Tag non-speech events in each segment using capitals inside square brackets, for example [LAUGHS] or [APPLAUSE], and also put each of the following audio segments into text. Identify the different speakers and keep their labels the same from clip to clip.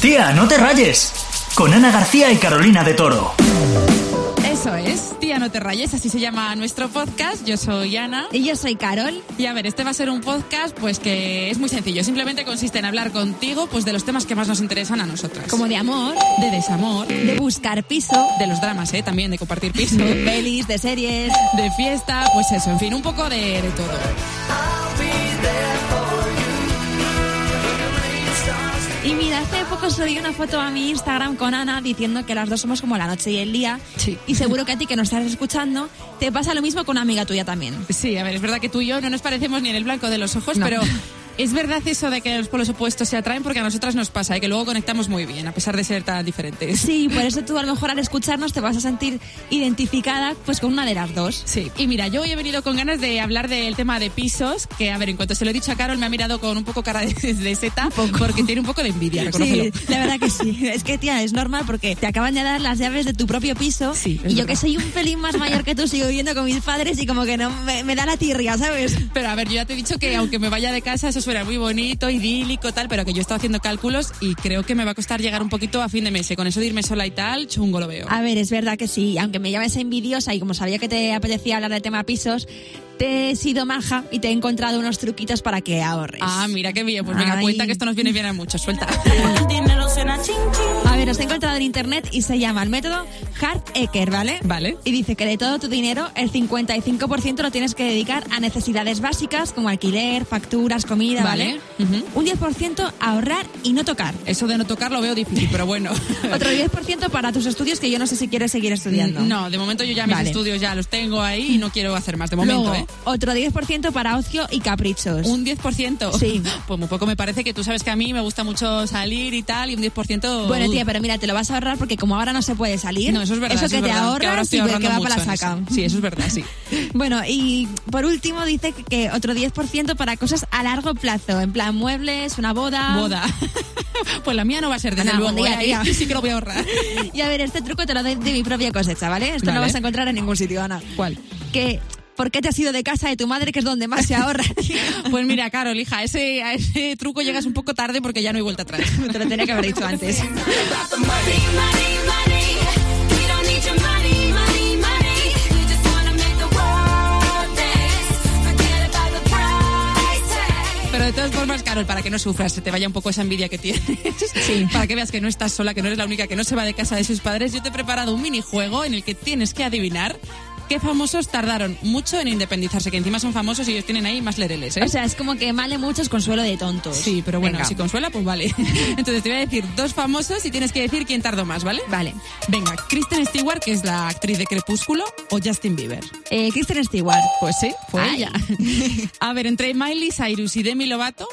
Speaker 1: Tía, no te rayes. Con Ana García y Carolina de Toro.
Speaker 2: Eso es, tía, no te rayes, así se llama nuestro podcast. Yo soy Ana.
Speaker 3: Y yo soy Carol.
Speaker 2: Y a ver, este va a ser un podcast pues que es muy sencillo. Simplemente consiste en hablar contigo pues de los temas que más nos interesan a nosotras.
Speaker 3: Como de amor,
Speaker 2: de desamor,
Speaker 3: de buscar piso,
Speaker 2: de los dramas, ¿eh? También de compartir piso,
Speaker 3: de pelis, de series.
Speaker 2: de fiesta, pues eso, en fin, un poco de, de todo.
Speaker 3: Y mira, hace poco subí una foto a mi Instagram con Ana diciendo que las dos somos como la noche y el día.
Speaker 2: Sí.
Speaker 3: Y seguro que a ti que nos estás escuchando, te pasa lo mismo con una amiga tuya también.
Speaker 2: Sí, a ver, es verdad que tú y yo no nos parecemos ni en el blanco de los ojos,
Speaker 3: No. [LAUGHS]
Speaker 2: pero es verdad eso de que los polos opuestos se atraen porque a nosotras nos pasa y que luego conectamos muy bien, a pesar de ser tan diferentes.
Speaker 3: Sí, por eso tú a lo mejor al escucharnos te vas a sentir identificada pues con una de las dos.
Speaker 2: Sí. Y mira, yo hoy he venido con ganas de hablar del tema de pisos, que a ver, en cuanto se lo he dicho a Carol, me ha mirado con un poco cara de, de seta, porque tiene un poco de envidia, reconócelo.
Speaker 3: Sí, la verdad que sí. Es que, tía, es normal porque te acaban de dar las llaves de tu propio piso.
Speaker 2: Sí, es
Speaker 3: y yo
Speaker 2: verdad.
Speaker 3: que soy un pelín más mayor que tú, sigo viviendo con mis padres y como que no me, me da la tirria, ¿sabes?
Speaker 2: Pero a ver, yo ya te he dicho que aunque me vaya de casa, eso suena muy bonito, idílico, tal, pero que yo he estado haciendo cálculos y creo que me va a costar llegar un poquito a fin de mes. Y Con eso de irme sola y tal, chungo lo veo.
Speaker 3: A ver, es verdad que sí. Aunque me llames envidiosa y como sabía que te apetecía hablar del tema pisos, te he sido maja y te he encontrado unos truquitos para que ahorres.
Speaker 2: Ah, mira qué bien. Pues venga,
Speaker 3: Ay.
Speaker 2: cuenta que esto nos viene bien a muchos. Suelta.
Speaker 3: [LAUGHS] A ver, los he encontrado en internet y se llama el método Hart Ecker, ¿vale?
Speaker 2: Vale.
Speaker 3: Y dice que de todo tu dinero, el 55% lo tienes que dedicar a necesidades básicas como alquiler, facturas, comida, ¿vale?
Speaker 2: Vale.
Speaker 3: Un 10% a ahorrar y no tocar.
Speaker 2: Eso de no tocar lo veo difícil, pero
Speaker 3: [LAUGHS]
Speaker 2: bueno. [LAUGHS]
Speaker 3: Otro 10% para tus estudios que yo no sé si quieres seguir estudiando.
Speaker 2: No, de momento yo ya mis
Speaker 3: Vale.
Speaker 2: estudios ya los tengo ahí y no quiero hacer más de momento,
Speaker 3: Luego,
Speaker 2: ¿eh?
Speaker 3: otro 10% para ocio y caprichos.
Speaker 2: Un 10%.
Speaker 3: Pues Sí.
Speaker 2: [LAUGHS] Pues muy poco me parece que tú sabes que a mí me gusta mucho salir y tal, y un 10%.
Speaker 3: Bueno,
Speaker 2: uh,
Speaker 3: tía, pero mira, te lo vas a ahorrar porque como ahora no se puede salir,
Speaker 2: No, eso es verdad.
Speaker 3: eso que
Speaker 2: es
Speaker 3: te
Speaker 2: verdad,
Speaker 3: ahorras
Speaker 2: ahora estoy
Speaker 3: y que
Speaker 2: ahorrando
Speaker 3: va
Speaker 2: mucho
Speaker 3: para la
Speaker 2: en eso.
Speaker 3: saca.
Speaker 2: Sí, eso es verdad,
Speaker 3: [LAUGHS]
Speaker 2: sí.
Speaker 3: Bueno, y por último dice que- que otro 10% para cosas a largo plazo, en plan muebles, una boda.
Speaker 2: Boda. [LAUGHS] pues la mía no va a ser desde
Speaker 3: Ana,
Speaker 2: luego.
Speaker 3: Ah. buen día,
Speaker 2: ¿eh?
Speaker 3: tía.
Speaker 2: Ahí [LAUGHS] Sí que lo voy a ahorrar.
Speaker 3: [LAUGHS] Y a ver, este truco te lo doy de mi propia cosecha, ¿vale? Esto no
Speaker 2: Vale.
Speaker 3: lo vas a encontrar en ningún sitio, Ana.
Speaker 2: ¿Cuál?
Speaker 3: Que, ¿por qué te has ido de casa de tu madre, que es donde más
Speaker 2: [LAUGHS]
Speaker 3: se ahorra?
Speaker 2: Pues mira, Carol, hija, ese, a ese truco llegas un poco tarde porque ya no hay vuelta atrás.
Speaker 3: [LAUGHS] te lo tenía que haber dicho antes.
Speaker 2: Pero de todas formas, Carol, para que no sufras, se te vaya un poco esa envidia que tienes. Para que veas que no estás sola, que no eres la única que no se va de casa de sus padres, yo te he preparado un minijuego en el que tienes que adivinar qué famosos tardaron mucho en independizarse, que encima son famosos y ellos tienen ahí más lereles, ¿eh?
Speaker 3: O sea, es como que male mucho es consuelo de tontos.
Speaker 2: Sí, pero bueno,
Speaker 3: Venga.
Speaker 2: si consuela, pues [LAUGHS] vale. Entonces te voy a decir dos famosos y tienes que decir quién tardó más, ¿vale?
Speaker 3: Vale.
Speaker 2: Venga, Kristen Stewart, que es la actriz de Crepúsculo, o Justin Bieber.
Speaker 3: Eh, Kristen Stewart.
Speaker 2: Pues sí, fue
Speaker 3: Ay.
Speaker 2: ella. [LAUGHS] A ver, entre Miley Cyrus y Demi Lovato,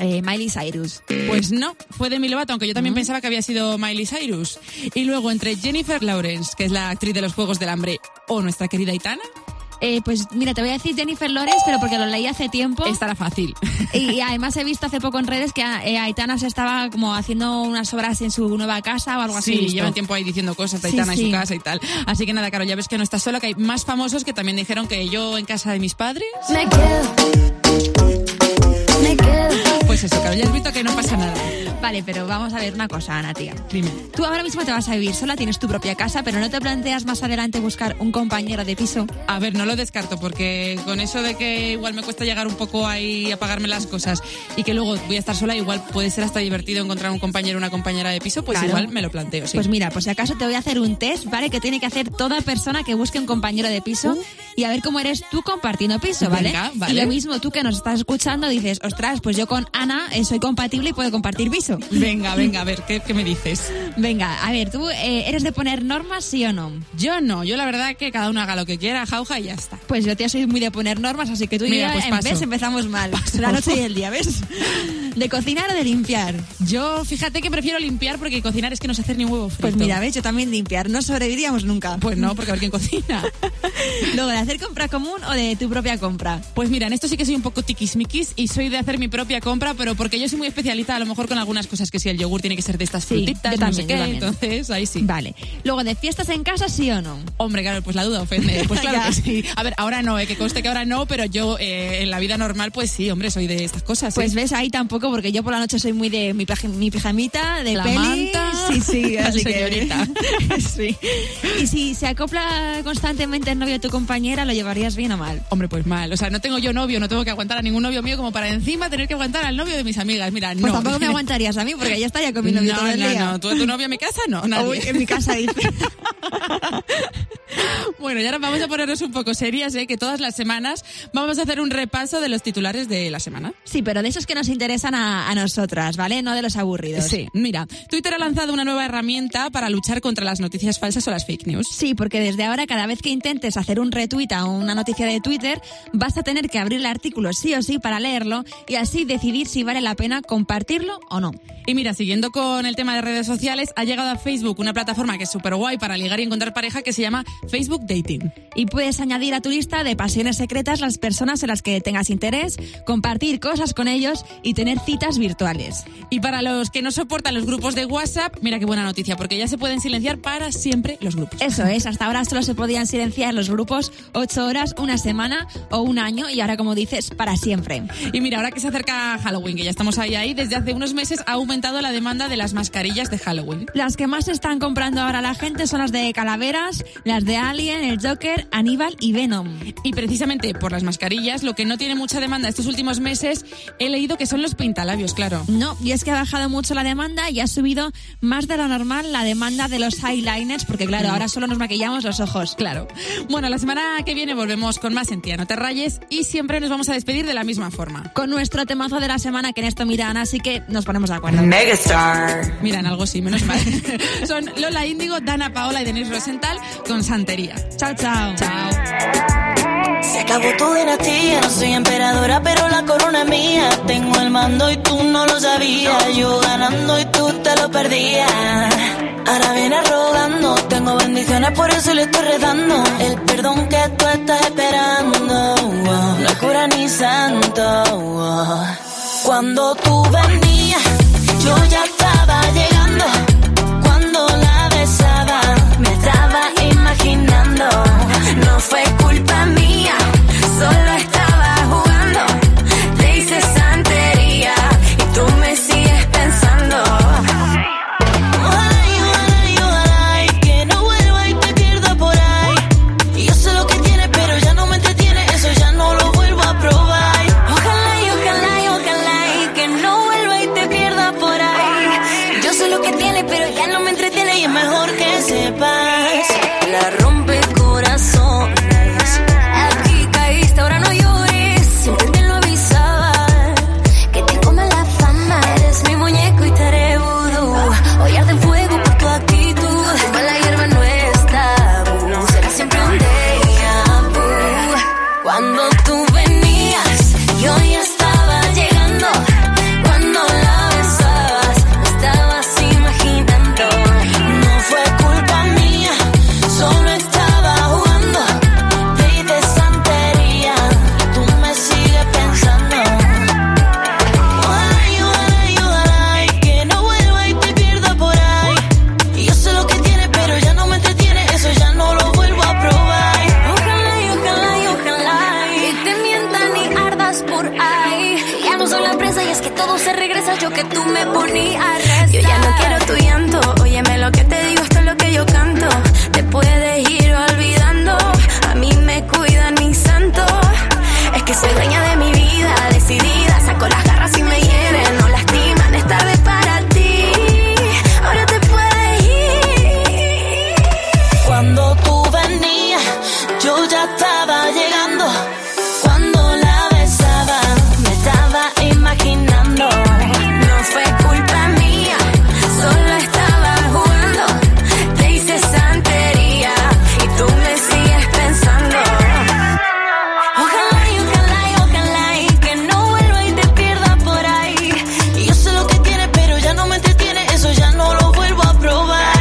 Speaker 3: Eh, Miley Cyrus.
Speaker 2: Pues no, fue Demi Lovato, aunque yo también
Speaker 3: Mm.
Speaker 2: pensaba que había sido Miley Cyrus. Y luego entre Jennifer Lawrence, que es la actriz de los Juegos del Hambre, o nuestra querida Itana,
Speaker 3: Eh, pues mira, te voy a decir Jennifer Lawrence, pero porque lo leí hace tiempo.
Speaker 2: estará fácil. [LAUGHS]
Speaker 3: Y, y además he visto hace poco en redes que eh, Aitana se estaba como haciendo unas obras en su nueva casa o algo así. he
Speaker 2: Sí,
Speaker 3: visto.
Speaker 2: llevan tiempo ahí diciendo cosas de
Speaker 3: Sí,
Speaker 2: Aitana y su
Speaker 3: sí.
Speaker 2: casa y tal. Así que nada, Caro, ya ves que no estás sola, que hay más famosos que también dijeron que yo en casa de mis padres.
Speaker 4: Me quedo. Me quedo.
Speaker 2: Pues eso, Caro, ya has visto que no pasa nada.
Speaker 3: Vale, pero vamos a ver una cosa, Ana, tía.
Speaker 2: Dime.
Speaker 3: Tú ahora mismo te vas a vivir sola, tienes tu propia casa, pero no te planteas más adelante buscar un compañero de piso.
Speaker 2: A ver, no lo descarto porque con eso de que igual me cuesta llegar un poco ahí a pagarme las cosas y que luego voy a estar sola, igual puede ser hasta divertido encontrar un compañero o una compañera de piso, pues
Speaker 3: Claro.
Speaker 2: igual me lo planteo, sí.
Speaker 3: Pues mira, pues si acaso te voy a hacer un test, ¿vale? Que tiene que hacer toda persona que busque un compañero de piso y a ver cómo eres tú compartiendo piso,
Speaker 2: Uh.
Speaker 3: ¿vale?
Speaker 2: Venga, vale.
Speaker 3: Y lo mismo tú que nos estás escuchando dices, ostras, pues yo con Ana eh, soy compatible y puedo compartir piso.
Speaker 2: Venga, venga, a ver, ¿qué, qué me dices?
Speaker 3: Venga, a ver, ¿tú eh, eres de poner normas, sí o no?
Speaker 2: Yo no, yo la verdad que cada uno haga lo que quiera, jauja y ya está.
Speaker 3: Pues yo, tía, soy muy de poner normas, así que tú y
Speaker 2: Mira,
Speaker 3: yo,
Speaker 2: pues
Speaker 3: en
Speaker 2: paso.
Speaker 3: vez empezamos mal. La noche y el
Speaker 2: [LAUGHS]
Speaker 3: día, ¿ves? ¿De cocinar o de limpiar? Pues
Speaker 2: Yo fíjate que prefiero limpiar porque cocinar es que no sé hacer ni un huevo frito.
Speaker 3: Pues mira, ¿ves? Yo también limpiar. No sobreviviríamos nunca. [LAUGHS]
Speaker 2: Pues no, porque a ver quién cocina.
Speaker 3: Luego, ¿de hacer compra común o de tu propia compra?
Speaker 2: Pues mira, en esto sí que soy un poco tiquismiquis y soy de hacer mi propia compra, pero porque yo soy muy especialista a lo mejor con algunas cosas que sí, el yogur tiene que ser de estas
Speaker 3: Sí,
Speaker 2: frutitas,
Speaker 3: yo
Speaker 2: no
Speaker 3: también,
Speaker 2: sé
Speaker 3: yo
Speaker 2: qué,
Speaker 3: también.
Speaker 2: entonces ahí sí.
Speaker 3: Vale. Luego, ¿de fiestas en casa, sí o no?
Speaker 2: Hombre, claro, pues la duda
Speaker 3: [LAUGHS]
Speaker 2: ofende. Pues claro
Speaker 3: Ya.
Speaker 2: que sí. A ver, ahora no, eh, que conste que ahora no, pero yo eh, en la vida normal, pues sí, hombre, soy de estas cosas.
Speaker 3: Pues
Speaker 2: ¿eh?
Speaker 3: ves, ahí tampoco poco porque yo por la noche soy muy de mi, paj- mi pijamita, de
Speaker 2: La
Speaker 3: peli.
Speaker 2: manta.
Speaker 3: Sí,
Speaker 2: [LAUGHS]
Speaker 3: sí, así
Speaker 2: Señorita.
Speaker 3: que. [LAUGHS] sí. Y si se acopla constantemente el novio de tu compañera, ¿lo llevarías bien o mal?
Speaker 2: Hombre, pues mal. O sea, no tengo yo novio, no tengo que aguantar a ningún novio mío como para encima tener que aguantar al novio de mis amigas. Mira,
Speaker 3: Pues
Speaker 2: no. [LAUGHS]
Speaker 3: tampoco me aguantarías a mí porque yo estaría con mi novio
Speaker 2: no,
Speaker 3: todo el
Speaker 2: no,
Speaker 3: día.
Speaker 2: no. ¿Tú, tu novio a mi casa? No, nadie.
Speaker 3: Uy, en mi casa
Speaker 2: [LAUGHS]
Speaker 3: dice.
Speaker 2: Bueno, y ahora vamos a ponernos un poco serias, ¿eh? que todas las semanas vamos a hacer un repaso de los titulares de la semana.
Speaker 3: Sí, pero de esos que nos interesan a, a nosotras, ¿vale? No de los aburridos.
Speaker 2: Sí, mira, Twitter ha lanzado una nueva herramienta para luchar contra las noticias falsas o las fake news.
Speaker 3: Sí, porque desde ahora cada vez que intentes hacer un retweet a una noticia de Twitter, vas a tener que abrir el artículo sí o sí para leerlo y así decidir si vale la pena compartirlo o no.
Speaker 2: Y mira, siguiendo con el tema de redes sociales, ha llegado a Facebook una plataforma que es súper guay para ligar y encontrar pareja que se llama Facebook Dating.
Speaker 3: Y puedes añadir a tu lista de pasiones secretas las personas en las que tengas interés, compartir cosas con ellos y tener citas virtuales.
Speaker 2: Y para los que no soportan los grupos de WhatsApp, mira qué buena noticia, porque ya se pueden silenciar para siempre los grupos.
Speaker 3: Eso es, hasta ahora solo se podían silenciar los grupos ocho horas, una semana o un año y ahora como dices, para siempre.
Speaker 2: Y mira, ahora que se acerca Halloween, que ya estamos ahí ahí, desde hace unos meses ha aumentado la demanda de las mascarillas de Halloween.
Speaker 3: Las que más se están comprando ahora la gente son las de calaveras, las de Alien, el Joker, Aníbal y Venom.
Speaker 2: Y precisamente por las mascarillas, lo que no tiene mucha demanda estos últimos meses, he leído que son los pintalabios, claro.
Speaker 3: No, y es que ha bajado mucho la demanda y ha subido más de lo normal la demanda de los eyeliners, porque claro, ahora solo nos maquillamos los ojos.
Speaker 2: Claro. Bueno, la semana que viene volvemos con más en Tía No Te Rayes y siempre nos vamos a despedir de la misma forma.
Speaker 3: Con nuestro temazo de la semana que en esto miran, así que nos ponemos de acuerdo.
Speaker 4: Megastar.
Speaker 2: Miran, algo sí, menos mal. [LAUGHS] Son Lola Índigo, Dana Paola y Denise Rosenthal con Santería.
Speaker 3: Chao, chao.
Speaker 2: Chao.
Speaker 4: Se acabó tu dinastía. No soy emperadora, pero la corona es mía. Tengo el mando y tú no lo sabías. Yo ganando y tú te lo perdías. Ahora vienes rogando. Tengo bendiciones, por eso le estoy redando. El perdón que tú estás esperando. oh, No es cura ni santo. oh. Cuando tú venías, yo ya estaba llegando. Cuando la besaba, me estaba imaginando. No fue culpa mía, solo estaba jugando. Te hice santería y tú me sigues pensando. Ojalá y ojalá y ojalá y que no vuelva y te pierda por ahí. Y yo sé lo que tiene, pero ya no me entretiene, eso ya no lo vuelvo a probar. Ojalá y ojalá y ojalá y que no vuelva y te pierda por ahí. Yo sé lo que tiene, pero ya no me entretiene y es mejor que sepas. La rompe corazones. Aquí caíste, ahora no llores. Siempre te lo avisaba. Que te come la fama. Eres mi muñeco y te haré vudú. Hollar de fuego por tu actitud. Tu mala hierba no está. No será siempre un déjà vu. Cuando tú venías, yo ya estaba llegando. Cuando la besabas, me estabas imaginando. No fue culpa mía, solo estaba jugando. Te hice santería, y tú me sigues pensando. Ojalá y ojalá y ojalá y que no vuelva y te pierda por ahí. Y yo sé lo que tiene, pero ya no me entretiene, eso ya no lo vuelvo a probar. Ojalá y ojalá y ojalá y te mientan y ardas por ahí. Ya no soy la presa y es que todo se regresa, yo que tú me poní a rezar.
Speaker 5: Yo ya no quiero tu llanto. Óyeme lo que te digo, esto es lo que yo canto. Te puedes ir olvidando. A mí me cuidan mis santos. Es que soy dueña de mi vida, decidida. Saco las garras y me hieren, no lastiman. Es tarde para ti. Ahora te puedes ir.
Speaker 4: Cuando tú venías, yo ya estaba llegando. Cuando la besaba, me estaba imaginando.
Speaker 5: No fue culpa mía, solo estaba jugando. Te hice santería y tú me sigues pensando.
Speaker 4: Ojalá y ojalá y ojalá y que no vuelva y te pierda por ahí. Y yo sé lo que tiene, pero ya no me entretiene, eso ya no lo vuelvo a probar.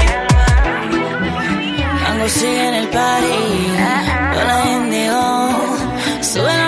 Speaker 4: oh, Mango sigue en el party, yo la indigo, sube la